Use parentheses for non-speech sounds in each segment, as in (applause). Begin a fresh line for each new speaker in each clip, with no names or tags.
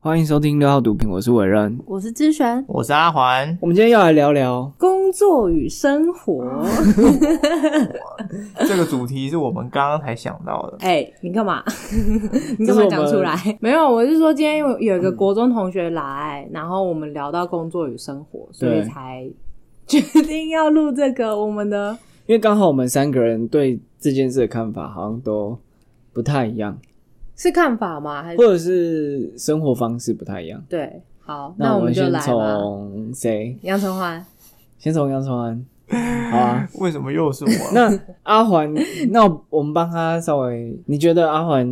欢迎收听六号毒品，我是伟任。
我是之璇，
我是阿环，
我们今天要来聊聊，
工作与生
(laughs)
活。
这个主题是我们刚刚才想到的。
哎、你干嘛？ (laughs) 你干嘛讲出来？
(laughs)
没有，我是说今天有有一个国中同学来，然后我们聊到工作与生活，所以
对
才决定要录这个我们的。
因为刚好我们三个人对这件事的看法好像都不太一样，
是看法吗？还
或
是
者是生活方式不太一样。
对？好，
那
我
我
们
们
就
先
来吧。
从谁？
杨承欢，
先从杨承安。好啊，
为什么又是我？
那阿
(laughs)
环，那我们帮他稍微，你觉得阿环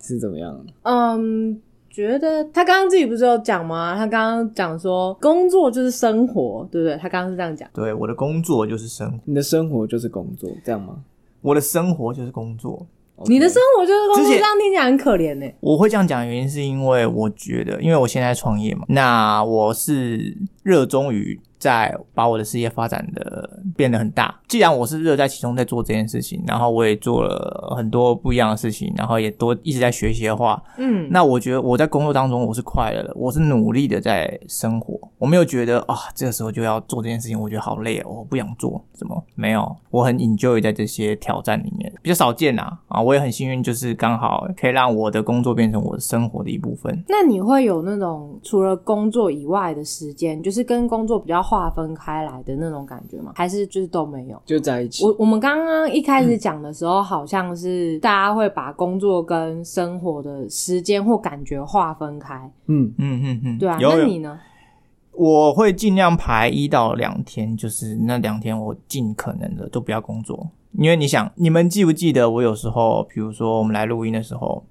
是怎么样？
嗯，觉得他刚刚自己不是有讲吗？他刚刚讲说工作就是生活，对不对？他刚刚是这样讲。
对，我的工作就是生活，
你的生活就是工作，这样吗？
我的生活就是工作。
你的生
OK
活就是工
之
作，
前
这样听起来很可怜呢、
我会这样讲的原因是因为我觉得，因为我现在创业嘛，那我是热衷于在把我的事业发展的变得很大。既然我是乐在其中在做这件事情，然后我也做了很多不一样的事情，然后也多一直在学习的话，
嗯，
那我觉得我在工作当中我是快乐的，我是努力的在生活，我没有觉得啊，这个时候就要做这件事情，我觉得好累哦，我不想做，怎么没有？我很 enjoy 在这些挑战里面，比较少见啊啊！我也很幸运，就是刚好可以让我的工作变成我的生活的一部分。
那你会有那种除了工作以外的时间，就是跟工作比较划分开来的那种感觉吗？还是就是都没有？
就在一起。
我我们刚刚一开始讲的时候，好像是大家会把工作跟生活的时间或感觉划分开，
嗯，
嗯嗯嗯，
对啊。
有
那
有
你呢？
我会尽量排一到两天，就是那两天我尽可能的都不要工作，因为你想，你们记不记得我有时候，比如说我们来录音的时候，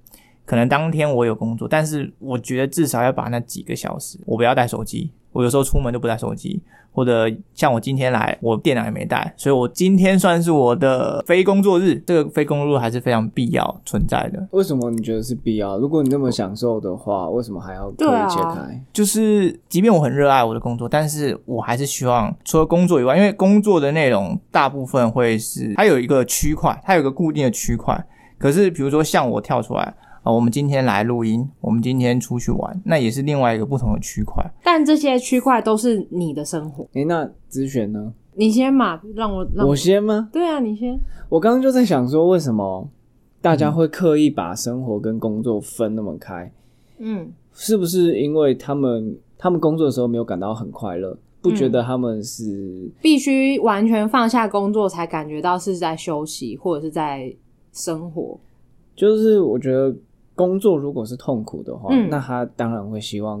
可能当天我有工作，但是我觉得至少要把那几个小时，我不要带手机，我有时候出门都不带手机，或者像我今天来，我电脑也没带，所以我今天算是我的非工作日，这个非工作日还是非常必要存在的。
为什么你觉得是必要？如果你那么享受的话，为什么还要刻
对啊
意切开？
就是，即便我很热爱我的工作，但是我还是希望除了工作以外，因为工作的内容大部分会是它有一个区块，它有一个固定的区块。可是，比如说像我跳出来啊、我们今天来录音，我们今天出去玩，那也是另外一个不同的区块。
但这些区块都是你的生活。
诶、那咨询呢？
你先嘛，让我让
我先吗？
对啊，你先。
我刚刚就在想说，为什么大家会刻意把生活跟工作分那么开？
嗯，
是不是因为他们他们工作的时候没有感到很快乐，不觉
嗯
得他们是
必须完全放下工作，才感觉到是在休息或者是在生活。
就是我觉得工作如果是痛苦的话，
嗯
那他当然会希望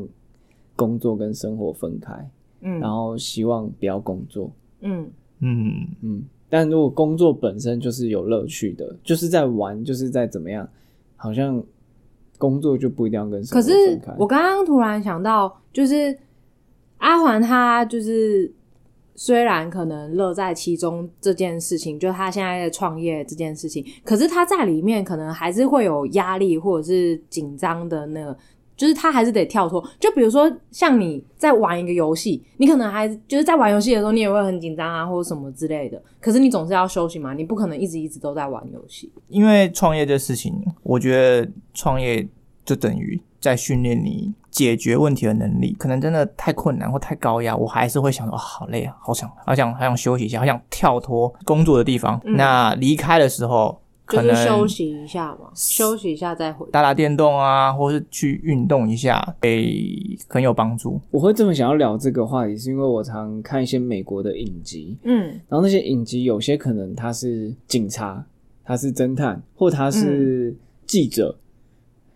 工作跟生活分开，
嗯
哦
然后希望不要工作。
嗯
嗯，
嗯，但如果工作本身就是有乐趣的，就是在玩，就是在怎么样，好像工作就不一定要跟生
可
活
是
分开。
我刚刚突然想到，就是阿环他就是虽然可能乐在其中这件事情，就他现在在创业这件事情，可是他在里面可能还是会有压力或者是紧张的那个。就是他还是得跳脱，就比如说像你在玩一个游戏，你可能还就是在玩游戏的时候，你也会很紧张啊，或者什么之类的。可是你总是要休息嘛，你不可能一直一直都在玩游戏。
因为创业这事情，我觉得创业就等于在训练你解决问题的能力。可能真的太困难或太高压，我还是会想说，啊，好累啊，好想，好想，好想休息一下，好想跳脱工作的地方。
嗯
那离开的时候，
就
可
是
能
休息一下嘛，休息一下再回。
打打电动啊，或是去运动一下，诶，很有帮助。
我会这么想要聊这个话题，是因为我常看一些美国的影集，
嗯，
然后那些影集有些可能他是警察，他是侦探，或他是记者，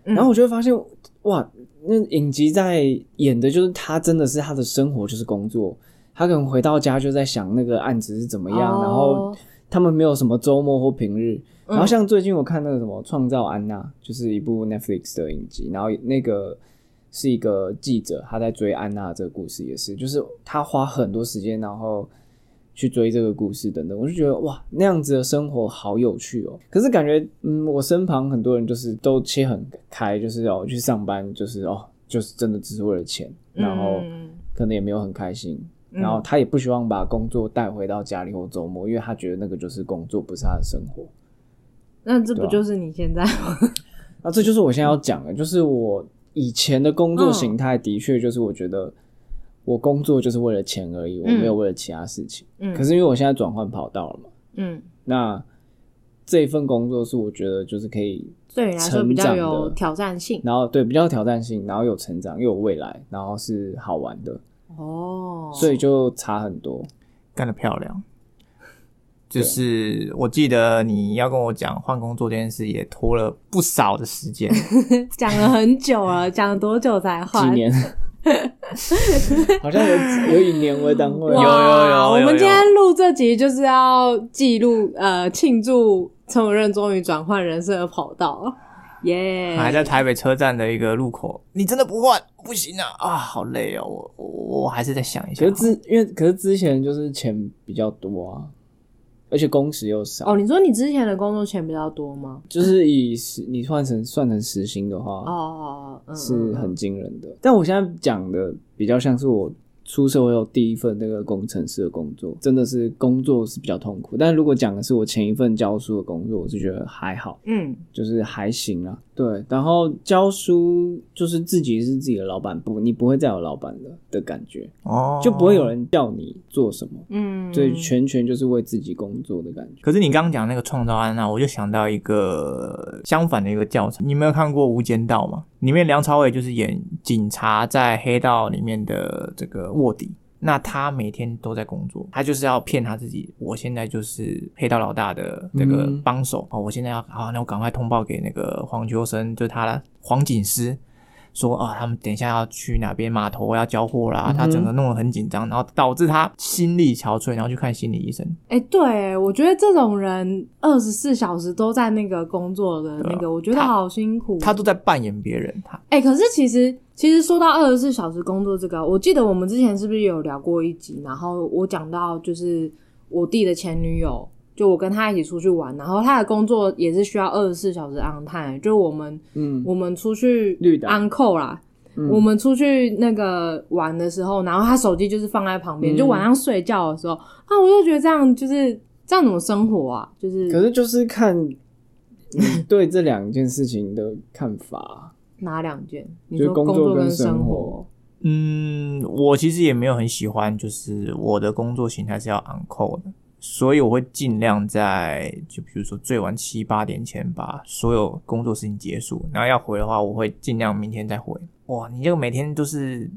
嗯
然后我就会发现，哇，那影集在演的就是他真的是他的生活就是工作，他可能回到家就在想那个案子是怎么样，然后
哦
他们没有什么周末或平日。
嗯
然后像最近我看那个什么《创造安娜》，就是一部 Netflix 的影集，然后那个是一个记者，他在追安娜这个故事，也是，就是他花很多时间，然后去追这个故事等等，我就觉得哇，那样子的生活好有趣哦。可是感觉，嗯，我身旁很多人就是都切很开，就是哦去上班，就是哦就是真的只是为了钱，然后
嗯
可能也没有很开心，
嗯
然后他也不希望把工作带回到家里或周末，因为他觉得那个就是工作，不是他的生活。
那这
对
不
啊 (laughs)
就是你现在？
那这就是我现在要讲的，就是我以前的工
嗯
作形态的确就是我觉得我工作就是为了钱而已，我没有为了其他事情。
嗯
可是因为我现在转换跑道了嘛，
嗯，
那这一份工作是我觉得就是可以，
对你来说比较
成
有
长的
挑战性
然后对比较有挑战性，然后有成长又有未来，然后是好玩的，
哦。
所以就差很多。
干得漂亮。就是我记得你要跟我讲换工作这件事，也拖了不少的时间。
(laughs) 讲了很久
(laughs)
了，讲了多久才换？
几
(laughs)
年，好像有有以年为单位
哇
有
啊，
有
我
有
们
有
今天录这集就是要记录呃庆祝陈武任终于转换人生的跑道，耶、
还在台北车站的一个路口，你真的不换不行啊！啊，好累哦，我我我还是再想一下
可是。之因为可是之前就是钱比较多啊，而且工时又少，
哦，你说你之前的工作钱比较多吗？
就是以时你换成算成时薪的话，
哦，嗯，
是很惊人的。但我现在讲的比较像是我出社会后第一份那个工程师的工作，真的是工作是比较痛苦。但如果讲的是我前一份教书的工作，我是觉得还好，
嗯
就是还行啊。对，然后教书就是自己是自己的老板，不，你不会再有老板的的感觉，
哦，
就不会有。人叫你做什么，
嗯，
所以全权就是为自己工作的感觉。
可是你刚刚讲那个创造安娜，我就想到一个呃相反的一个教材，你没有看过《无间道》吗？里面梁朝伟就是演警察在黑道里面的这个卧底，那他每天都在工作，他就是要骗他自己，我现在就是黑道老大的那个
嗯
帮手、哦，我现在要啊，那我赶快通报给那个黄秋生，就是他的黄警司。说啊，他们等一下要去哪边码头要交货啦，
嗯哼
他整个弄得很紧张，然后导致他心力憔悴，然后去看心理医生。
哎、对我觉得这种人二十四小时都在那个工作的那
对
个，
啊
我觉得
他
好辛苦。哦
他都在扮演别人，他
哎、可是其实其实说到二十四小时工作这个，我记得我们之前是不是有聊过一集？然后我讲到就是我弟的前女友，就我跟他一起出去玩，然后他的工作也是需要二十四小时 on time，就我们
嗯，
我们出去
绿岛
on call 啦。
嗯
我们出去那个玩的时候，然后他手机就是放在旁边，
嗯
就晚上睡觉的时候，啊，我就觉得这样就是这样怎么生活啊？就是
可是就是看你对这两件事情的看法啊、
哪两件？你
就是
说
工
工
作
作
跟
跟
生
生
活
活？
嗯，我其实也没有很喜欢，就是我的工作形态是要 on call 的，所以我会尽量在就比如说最晚七八点前把所有工作事情结束，然后要回的话，我会尽量明天再回。哇，你这个每天都是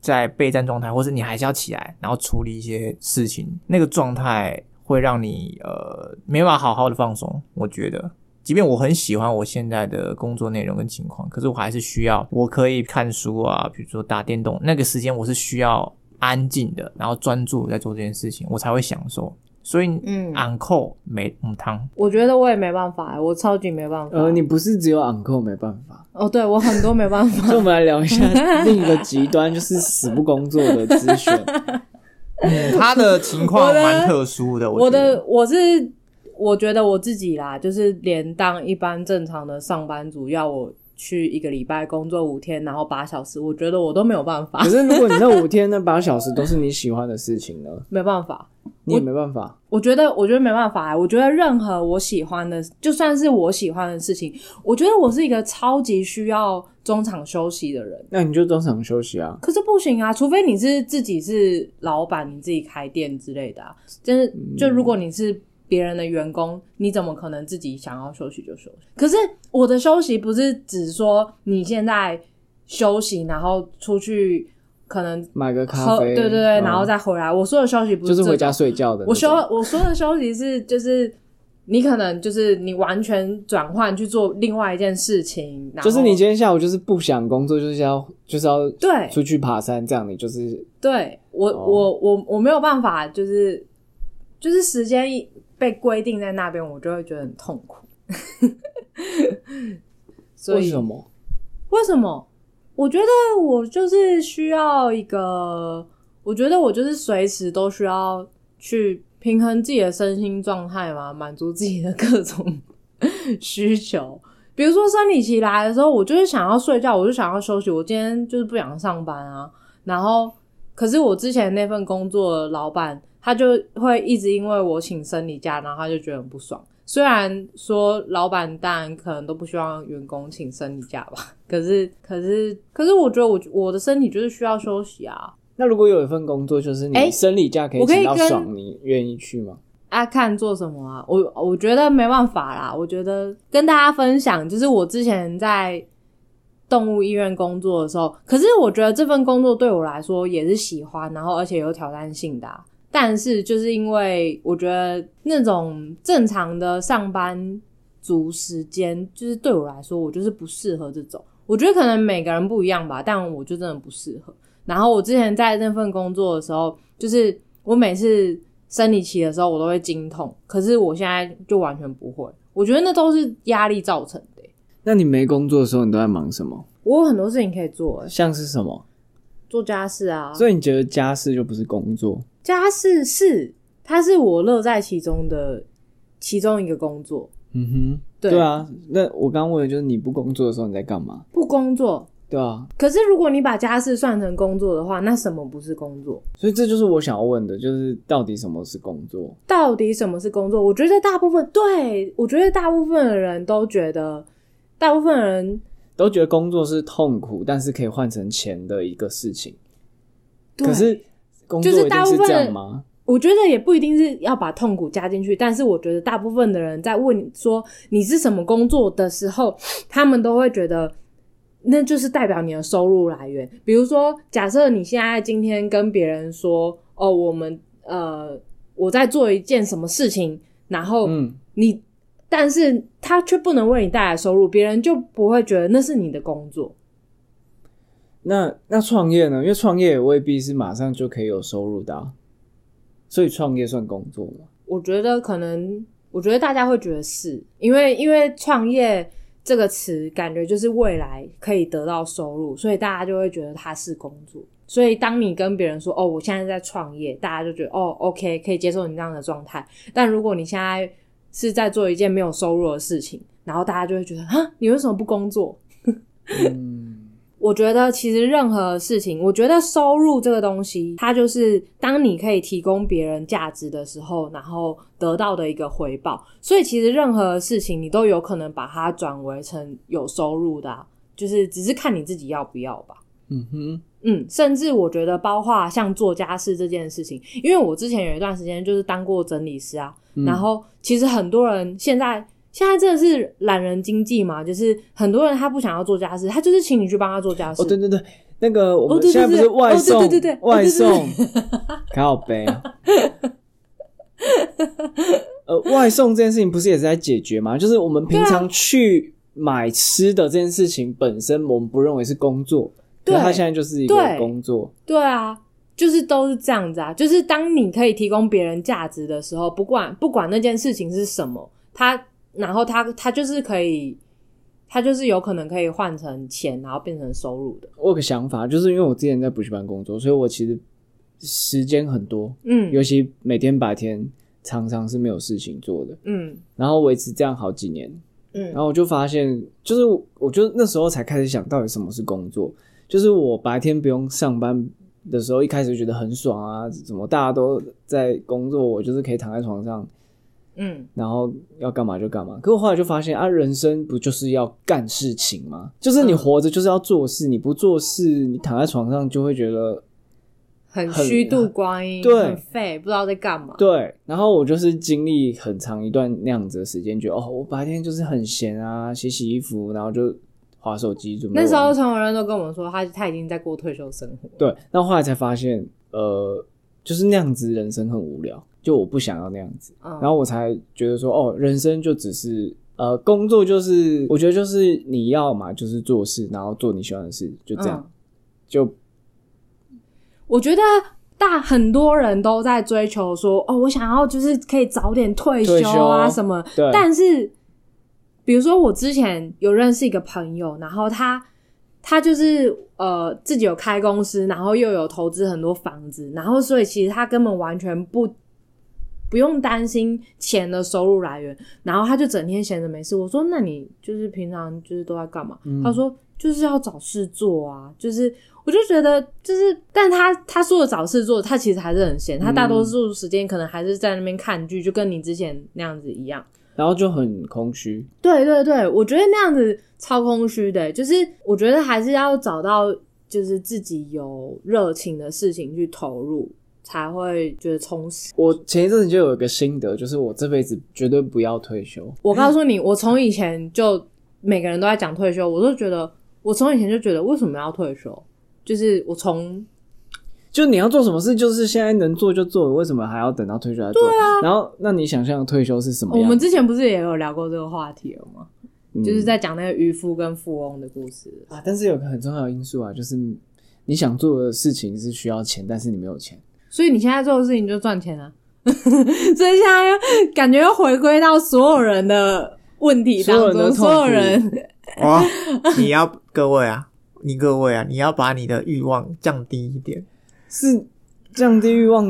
在备战状态，或是你还是要起来，然后处理一些事情，那个状态会让你呃没办法好好的放松，我觉得。即便我很喜欢我现在的工作内容跟情况，可是我还是需要，我可以看书啊，比如说打电动，那个时间我是需要安静的，然后专注在做这件事情，我才会享受。所以，
嗯
昂扣没母汤，
我觉得我也没办法、我超级没办法。
呃，你不是只有 u n c l 没办法，
哦，对我很多没
(laughs)
办法。
所以我们来聊一下另一个极端，就是死不工作的咨询。
他的情况
我的
蛮特殊的，
我
觉得
的我是我觉得我自己啦，就是连当一般正常的上班族，要我去一个礼拜工作五天，然后八小时，我觉得我都没有办法
可，是如果你那五天那八小时都是你喜欢的事情呢，
没办法。
你也没办法。
我觉得，我觉得没办法、我觉得任何我喜欢的，就算是我喜欢的事情，我觉得我是一个超级需要中场休息的人。
那你就中场休息啊。
可是不行啊，除非你是自己是老板，你自己开店之类的、啊。就是就如果你是别人的员工，你怎么可能自己想要休息就休息？可是我的休息不是只说你现在休息，然后出去可能
买个咖
喝，
啡，
对对对，
嗯
然后再回来。我说的休息不
就是
这
回家
种
睡觉的那种。
我休我说的休息是就是。你可能就是你完全转换去做另外一件事情，然后
就是你今天下午就是不想工作，就是要就是要
哦对
出去爬山，这样你就是
对我、
哦
我我我没有办法，就是就是时间一被规定在那边，我就会觉得很痛苦。所以
为什么？
为什么？我觉得我就是需要一个，我觉得我就是随时都需要去平衡自己的身心状态嘛，满足自己的各种 (laughs) 需求。比如说生理期来的时候，我就是想要睡觉，我就想要休息，我今天就是不想上班啊。然后，可是我之前那份工作的老板，他就会一直因为我请生理假，然后他就觉得很不爽。虽然说老板当然可能都不希望员工请生理假吧，可是可是可是，我觉得我我的身体就是需要休息啊
那如果有一份工作，就是你
哎
生理假可
我可以
请到
跟
爽，你愿意去吗？
啊，看做什么啊，我我觉得没办法啦，我觉得跟大家分享，就是我之前在动物医院工作的时候，可是我觉得这份工作对我来说也是喜欢，然后而且有挑战性的啊、但是就是因为我觉得那种正常的上班族时间，就是对我来说，我就是不适合这种。我觉得可能每个人不一样吧，但我就真的不适合。然后我之前在那份工作的时候，就是我每次生理期的时候，我都会经痛，可是我现在就完全不会。我觉得那都是压力造成的欸、
那你没工作的时候，你都在忙什么？
我有很多事情可以做、欸，
像是什么？
做家事啊，
所以你觉得家事就不是工作？
家事是它是我乐在其中的其中一个工作。
嗯哼，
对
对啊。那我刚问的就是你不工作的时候你在干嘛？
不工作，
对啊，
可是如果你把家事算成工作的话，那什么不是工作？
所以这就是我想要问的，就是到底什么是工作？
到底什么是工作？我觉得大部分对我觉得大部分的人都觉得，大部分人
都觉得工作是痛苦，但是可以换成钱的一个事情。
对
可是工作
就是
一定
大部
是
分
这样吗？
我觉得也不一定是要把痛苦加进去，但是我觉得大部分的人在问你说你是什么工作的时候，他们都会觉得那就是代表你的收入来源。比如说，假设你现在今天跟别人说，哦，我们呃我在做一件什么事情，然后
嗯，
你，但是他却不能为你带来收入，别人就不会觉得那是你的工作。
那那创业呢？因为创业也未必是马上就可以有收入的啊、所以创业算工作吗？
我觉得可能，我觉得大家会觉得是因为因为创业这个词，感觉就是未来可以得到收入，所以大家就会觉得它是工作。所以当你跟别人说哦，我现在在创业，大家就觉得哦，OK，可以接受你这样的状态。但如果你现在是在做一件没有收入的事情，然后大家就会觉得啊，你为什么不工作？
嗯，
我觉得其实任何事情，我觉得收入这个东西，它就是当你可以提供别人价值的时候，然后得到的一个回报。所以其实任何事情你都有可能把它转为成有收入的啊、就是只是看你自己要不要吧。
嗯哼，
嗯，甚至我觉得包括像做家事这件事情，因为我之前有一段时间就是当过整理师啊，
嗯
然后其实很多人现在现在真的是懒人经济嘛，就是很多人他不想要做家事，他就是请你去帮他做家事。啊
哦，对对对，那个我
哦
们
对对
现在不是
对
外
哦对
送，
对对对
(laughs) 外送
哦，
(laughs) 靠背啊。 (laughs) 呃，外送这件事情不是也是在解决吗？就是我们
啊
平常去买吃的这件事情本身，我们不认为是工作，可
对
是它现在就是一个
对
工作。
对啊，就是都是这样子啊。就是当你可以提供别人价值的时候，不管不管那件事情是什么，他然后他他就是可以，他就是有可能可以换成钱，然后变成收入的。
我有个想法，就是因为我之前在补习班工作，所以我其实时间很多，
嗯
尤其每天白天常常是没有事情做的，
嗯
然后维持这样好几年，然
嗯
后我就发现，就是我我就那时候才开始想到底什么是工作，就是我白天不用上班的时候，一开始就觉得很爽啊，怎么大家都在工作，我就是可以躺在床上，
嗯，
然后要干嘛就干嘛。可我后来就发现啊，人生不就是要干事情吗？就是你
嗯
活着就是要做事，你不做事，你躺在床上就会觉得
很
很
虚度光阴，
对
很废，不知道在干嘛。
对，然后我就是经历很长一段那样子的时间，觉得哦，我白天就是很闲啊，洗洗衣服，然后就划手机，准备
那时
玩
候，从有人都跟我们说，他他已经在过退休生活。
对，那后来才发现，呃，就是那样子人生很无聊，就我不想要那样子，
嗯，
然后我才觉得说，哦，人生就只是呃，工作就是，我觉得就是你要嘛就是做事，然后做你喜欢的事，就这样，
嗯
就
我觉得大很多人都在追求说，哦，我想要就是可以早点退休
退
啊
休
什么。
对
但是，比如说我之前有认识一个朋友，然后他他就是呃自己有开公司，然后又有投资很多房子，然后所以其实他根本完全不。不用担心钱的收入来源，然后他就整天闲着没事。我说：“那你就是平常就是都在干嘛？”
嗯
他说：“就是要找事做啊，就是我就觉得就是，但他他说的找事做，他其实还是很闲，他大多数时间可能还是在那边看剧，就跟你之前那样子一样。
然后就很空虚。
对对对，我觉得那样子超空虚的，就是我觉得还是要找到就是自己有热情的事情去投入，才会觉得充实。
我前一阵子就有一个心得，就是我这辈子绝对不要退休。
我告诉你，我从以前就每个人都在讲退休，我都觉得我从以前就觉得为什么要退休？就是我从
就你要做什么事，就是现在能做就做，为什么还要等到退休来做？然后，那你想象退休是什么
啊我
样？
们之前不是也有聊过这个话题了吗？
嗯
就是在讲那个渔夫跟富翁的故事。
啊，但是有个很重要的因素啊，就是你想做的事情是需要钱，但是你没有钱。
所以你现在做的事情就赚钱啊， (laughs) 所以现在感觉又回归到所有人的问题当中，所
所
有
有人
人
哦， (laughs) 你要各位啊，你各位啊，你要把你的欲望降低一点。
是降低欲望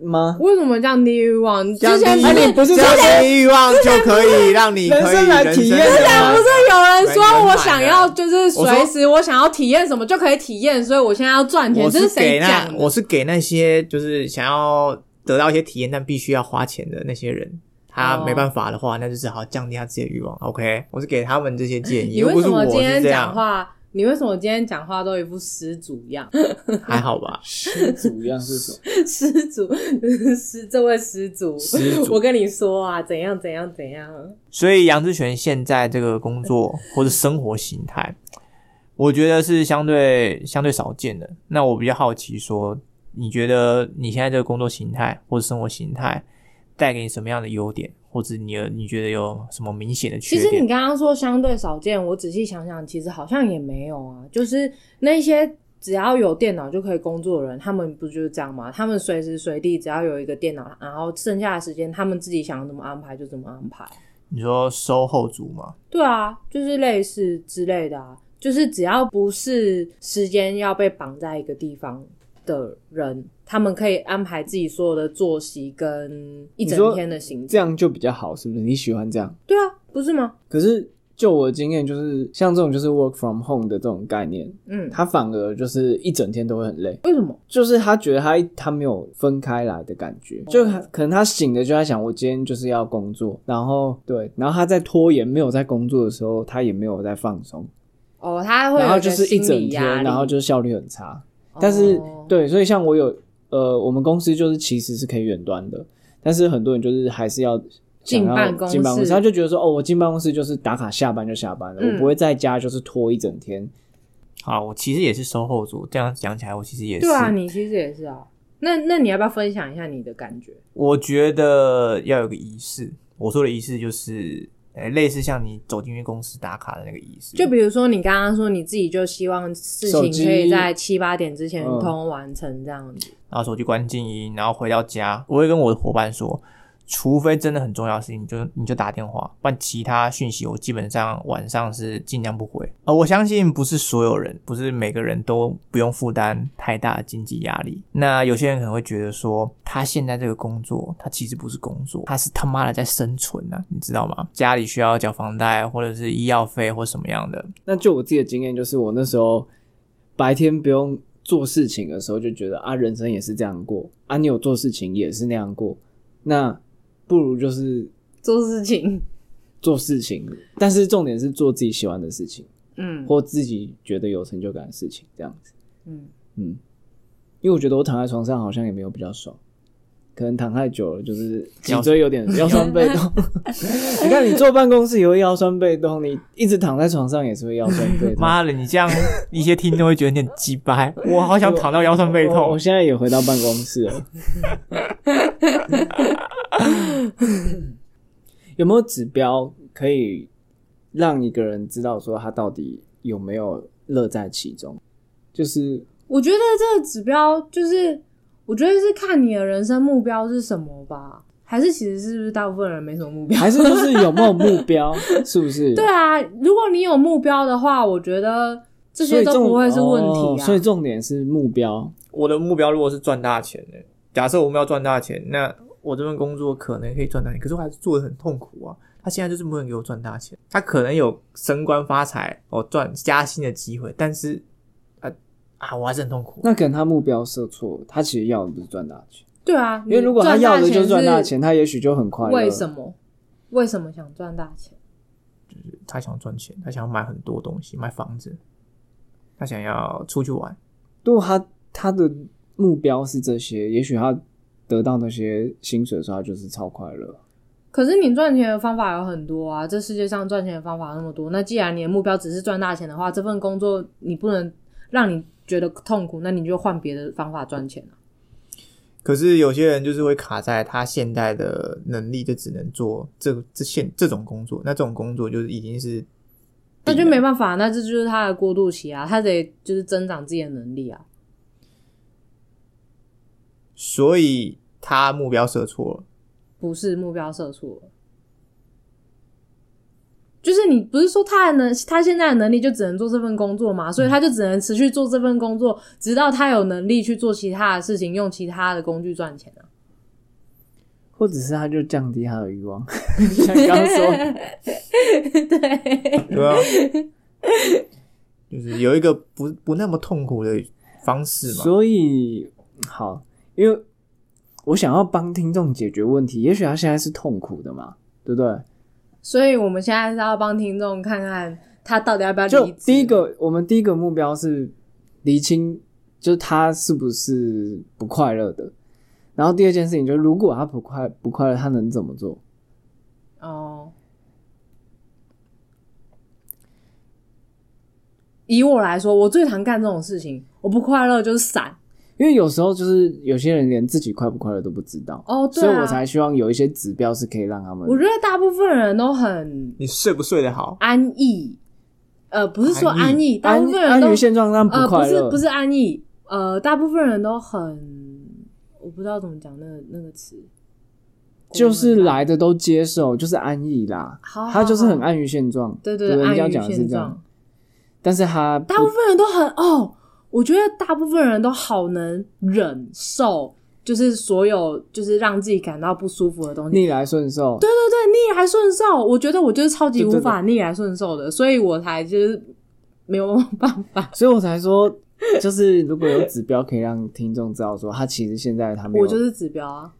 吗？
为什么降低欲望？之
降低
前不
啊
是
你不是
降低欲望就可以让你
人
可以
生来体验
人生
的
来
吗
不是有人说我想要
人生
就是随时我想要体验什么就可以体验，所以我现在要 (laughs) 赚钱，
我
这
是
谁
给那
讲的？
我是给那些就是想要得到一些体验但必须要花钱的那些人，他
哦
没办法的话，那就只好降低他自己的欲望。OK，我是给他们这些建议，
你
又
为
不
什
是我
么今
是
天
这
讲
样，
话？你为什么今天讲话都一副失足样？ (laughs)
还好吧？
失主一样是什么？
失足， (laughs) 失这位失足，
失足
我跟你说啊，怎样怎样怎样。
所以杨志全现在这个工作或者生活形态，我觉得是相对相对少见的。那我比较好奇说，你觉得你现在这个工作形态或者生活形态带给你什么样的优点，或者你有你觉得有什么明显的缺
其
点？
实你刚刚说相对少见，我仔细想想，其实好像也没有啊。就是那些只要有电脑就可以工作的人，他们不就是这样吗？他们随时随地只要有一个电脑，然后剩下的时间他们自己想要怎么安排就怎么安排。
你说收后族吗？
对啊，就是类似之类的啊，就是只要不是时间要被绑在一个地方的人，他们可以安排自己所有的作息跟一
你
整
说
天的行
这
程。
样就比较好，是不是？你喜欢这样？
对啊，不是吗？
可是就我的经验，就是像这种就是 work from home 的这种概念，
嗯，
他反而就是一整天都会很累。
为什么？
就是他觉得他他没有分开来的感
哦
觉，就他可能他醒了就在想，我今天就是要工作，然后对，然后他在拖延，没有在工作的时候，他也没有在放松，
哦，他会有
然后
个
就是一
心
整
理
天
压，力
然后就是效率很差。但是、
哦
对，所以像我有呃，我们公司就是其实是可以远端的，但是很多人就是还是要。
进
想要
办公
进办公
室
室，他就觉得说，哦，我进办公室就是打卡，下班就下班了，
嗯
我不会在家就是拖一整天。
好，我其实也是收后族。这样讲起来，我其实也是。
对啊，你其实也是啊。那那你要不要分享一下你的感觉？
嗯
我觉得要有个仪式。我说的仪式就是，呃，类似像你走进去公司打卡的那个仪式。
就比如说你刚刚说你自己就希望事
手
情
机
可以在七八点之前
嗯
通完成这样子。
然后手机关静音，然后回到家，我会跟我的伙伴说，除非真的很重要的事情，你就你就打电话，不然其他讯息我基本上晚上是尽量不回。呃，我相信不是所有人，不是每个人都不用负担太大的经济压力。那有些人可能会觉得说，他现在这个工作，他其实不是工作，他是他妈的在生存啊，你知道吗？家里需要缴房贷，或者是医药费或什么样的，
那就我自己的经验，就是我那时候白天不用做事情的时候，就觉得啊，人生也是这样过啊，你有做事情也是那样过，那不如就是
做事情，
做事情，但是重点是做自己喜欢的事情，
嗯
或自己觉得有成就感的事情，这样子，
嗯，
嗯，因为我觉得我躺在床上好像也没有比较爽。可能躺太久了，就是脊椎有点腰酸背痛。 (laughs) 你看，你坐办公室也会腰酸背痛，你一直躺在床上也是会腰酸背痛。
妈的，你这样 (laughs) 一些听众会觉得你很鸡掰，我好想躺到腰酸背
我我
痛。
现在也回到办公室了。 (laughs) 有没有指标可以让一个人知道说他到底有没有乐在其中？就是
我觉得这个指标就是，我觉得是看你的人生目标是什么吧，还是其实是不是大部分人没什么目标？
还是就是有没有目
(laughs)
标，是不是？
对啊，如果你有目标的话，我觉得这
所
些
以重，
都不会是问
哦
题啊。
所以重点是目标。
我的目标如果是赚大钱呢、假设我们要赚大钱，那我这份工作可能可以赚大钱，可是我还是做的很痛苦啊。他现在就是没有人给我赚大钱，他可能有升官发财哦，赚加薪的机会，但是啊啊，我还是很痛苦。
那可能他目标设错，了，他其实要的不是赚大钱，
对啊，
因为如果他
你
要的就是赚
是
大钱，他也许就很快乐。
为什么？为什么想赚大钱？
他想赚钱，他想要买很多东西，买房子，他想要出去玩。
如果他他的目标是这些，也许他得到那些薪水的时候，他就是超快乐。
可是你赚钱的方法有很多啊，这世界上赚钱的方法那么多。那既然你的目标只是赚大钱的话，这份工作你不能让你觉得痛苦，那你就换别的方法赚钱啊。
可是有些人就是会卡在他现在的能力，就只能做这这现这种工作。那这种工作就是已经是
那就没办法，那这就是他的过渡期啊，他得就是增长自己的能力啊。
所以他目标设错了。
不是目标设错了，就是你不是说他的能，他现在的能力就只能做这份工作嘛，所以他就只能持续做这份工作，直到他有能力去做其他的事情，用其他的工具赚钱啊。
或者是他就降低他的欲 (laughs) 望，像刚刚说，
对，
对啊，就是有一个不不那么痛苦的方式
(laughs)
嘛。
所以好，因为我想要帮听众解决问题，也许他现在是痛苦的嘛，对不对？
所以我们现在是要帮听众看看他到底要不要
就
离职。
第一，个，我们第一个目标是厘清，就是他是不是不快乐的。然后第二件事情就是，如果他不快不快乐，他能怎么做？
哦，以我来说，我最常干这种事情，我不快乐就是闪。
因为有时候就是有些人连自己快不快乐都不知道，
哦，对、
所
啊，
以我才希望有一些指标是可以让他们
我觉得大部分人都很
你睡不睡得好？
安逸，呃，不是说
安
安逸，大
安
部分人都
安于现状，但
呃，不
快乐。
是不是安逸，呃，大部分人都很，我不知道怎么讲那个那个词，
就是来的都接受，就是安逸啦。
好好
他就是很
好
安于现状，
哦对
对
对
你要
安于
讲的是
现
这样
状。。
但是他
大部分人都很哦，我觉得大部分人都好能忍受，就是所有就是让自己感到不舒服的东西，
逆来顺受，
对对对，逆来顺受，我觉得我就是超级
对对
无法逆来顺受的，所以我才就是没有办法。
所以我才说，就是如果有指标可以让听众知道说，他其实现在他没有
我就是指标啊，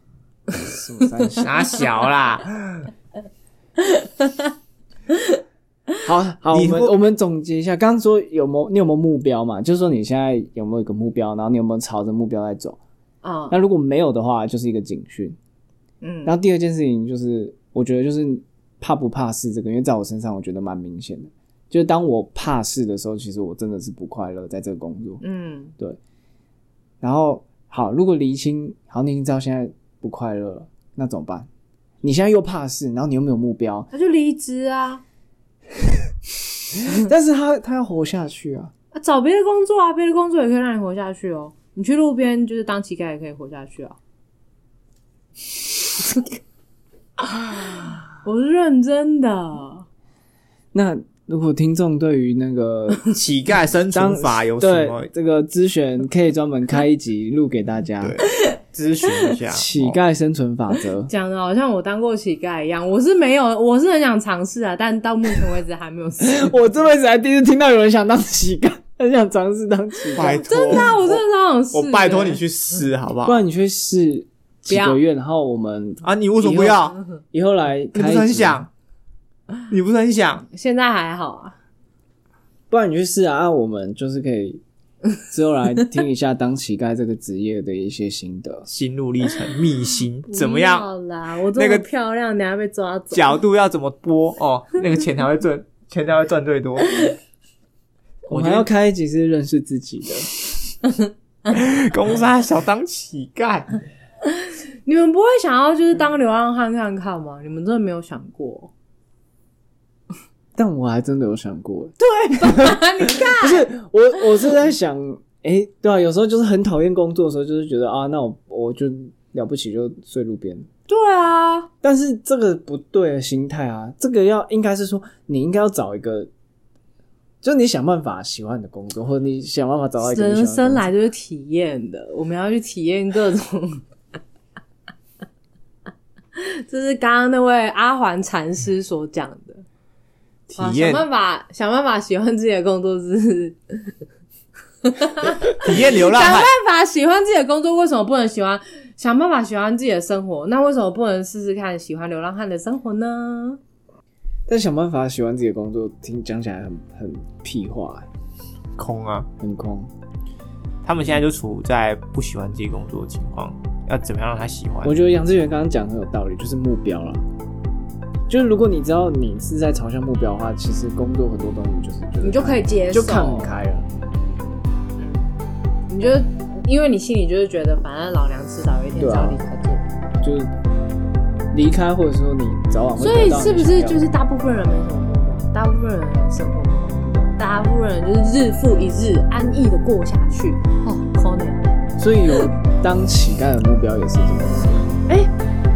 什么三小。
傻小啦，
好好，我
(laughs) 你
们
会
我们总结一下，刚刚说有没有你有没有目标嘛？就是说你现在有没有一个目标，然后你有没有朝着目标在走？
啊、
那如果没有的话，就是一个警讯。
嗯，
然后第二件事情就是，我觉得就是怕不怕事这个，因为在我身上我觉得蛮明显的，就是当我怕事的时候，其实我真的是不快乐在这个工作。
嗯，
然后好，如果厘清，好，你已经知道现在不快乐了，那怎么办？你现在又怕事，然后你又没有目标，
他就离职啊，
但是他他要活下去啊。
啊找别的工作啊，别的工作也可以让你活下去哦。你去路边就是当乞丐也可以活下去啊。 (laughs) 我是认真的，
那如果听众对于那个
(laughs) 乞丐生存法有什么
对这个咨询，可以专门开一集录给大家
对
《
咨询一下？
乞丐生存法则》
讲的好像我当过乞丐一样。我是没有，我是很想尝试啊，但到目前为止还没有试。
(laughs) 我这辈子还第一次听到有人想当乞丐，很想尝试当乞
哦
丐
拜。托，真
(laughs) 那我真的超想试、
我拜托你。去试好不好
不？然你去试几
不
个
要
月，然后我们
啊，你为什么不要？
以后来
你不
开一
是很
集。
想？你不是很想？
现在还好啊，
不然你去试啊，啊我们就是可 (laughs) 以之后来听一下当乞丐这个职业的一些心得。
心路历程、秘辛怎么
不
样？
要啦，我这
那
么
个
漂亮，等下被抓走。
角度要怎么播？哦，那个钱才会赚，钱才会赚最多。
我
我
们
觉
还要
得
开一集是认识自己的，
公杀小当乞丐，
你们不会想要就是
嗯
当流浪汉看看吗？你们真的没有想过？
但我还真的有想过，
你看，
(laughs) 不是我，我是在想，诶，对啊，有时候就是很讨厌工作的时候，就是觉得啊，那我我就了不起就睡路边，
对啊，
但是这个不对的心态啊，这个要应该是说，你应该要找一个，就是你想办法喜欢你的工作，或者你想办法找到一个你喜欢的
人
工作
生来就是体验的，我们要去体验各种。 (laughs) 这是刚刚那位阿环禅师所讲的，
体
啊想
验
办法想办法喜欢自己的工作是，
体验流浪
想
汉
办，法喜欢自己的工作，为什么不能喜欢想办法喜欢自己的生活，那为什么不能试试看喜欢流浪汉的生活呢？
但想办法喜欢自己的工作，听讲起来很很屁话、
空啊。
很空。
他们现在就处在不喜欢自己工作的情况，要怎么样让他喜欢
我？觉得杨志远刚刚讲得很有道理，就是目标啦。就是如果你知道你是在朝向目标的话，其实工作很多东西就是
你就可以接受，
就看很开了。
你就因为你心里就是觉得，反正老娘迟早有一天是
对啊
要离开这里，
就是离开，或者说你早晚会
所
得
以
到你
是不是
想要的
就是大部分人没什么目标，大部分人的生活没有目标，大部分人就是日复一日安逸的过下去。哦，可能。
所以有当乞丐的目标也是这个，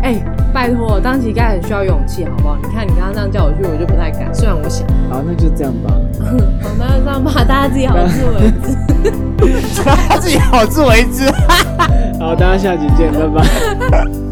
哎、拜托，当乞丐很需要勇气，好不好？你看你刚刚这样叫我去，我就不太敢。虽然我想， (laughs)
好，那就这样吧。
好，那这样吧，大家自己好自为之。
(laughs) 自己好自为之。
好，大家下集见，拜拜。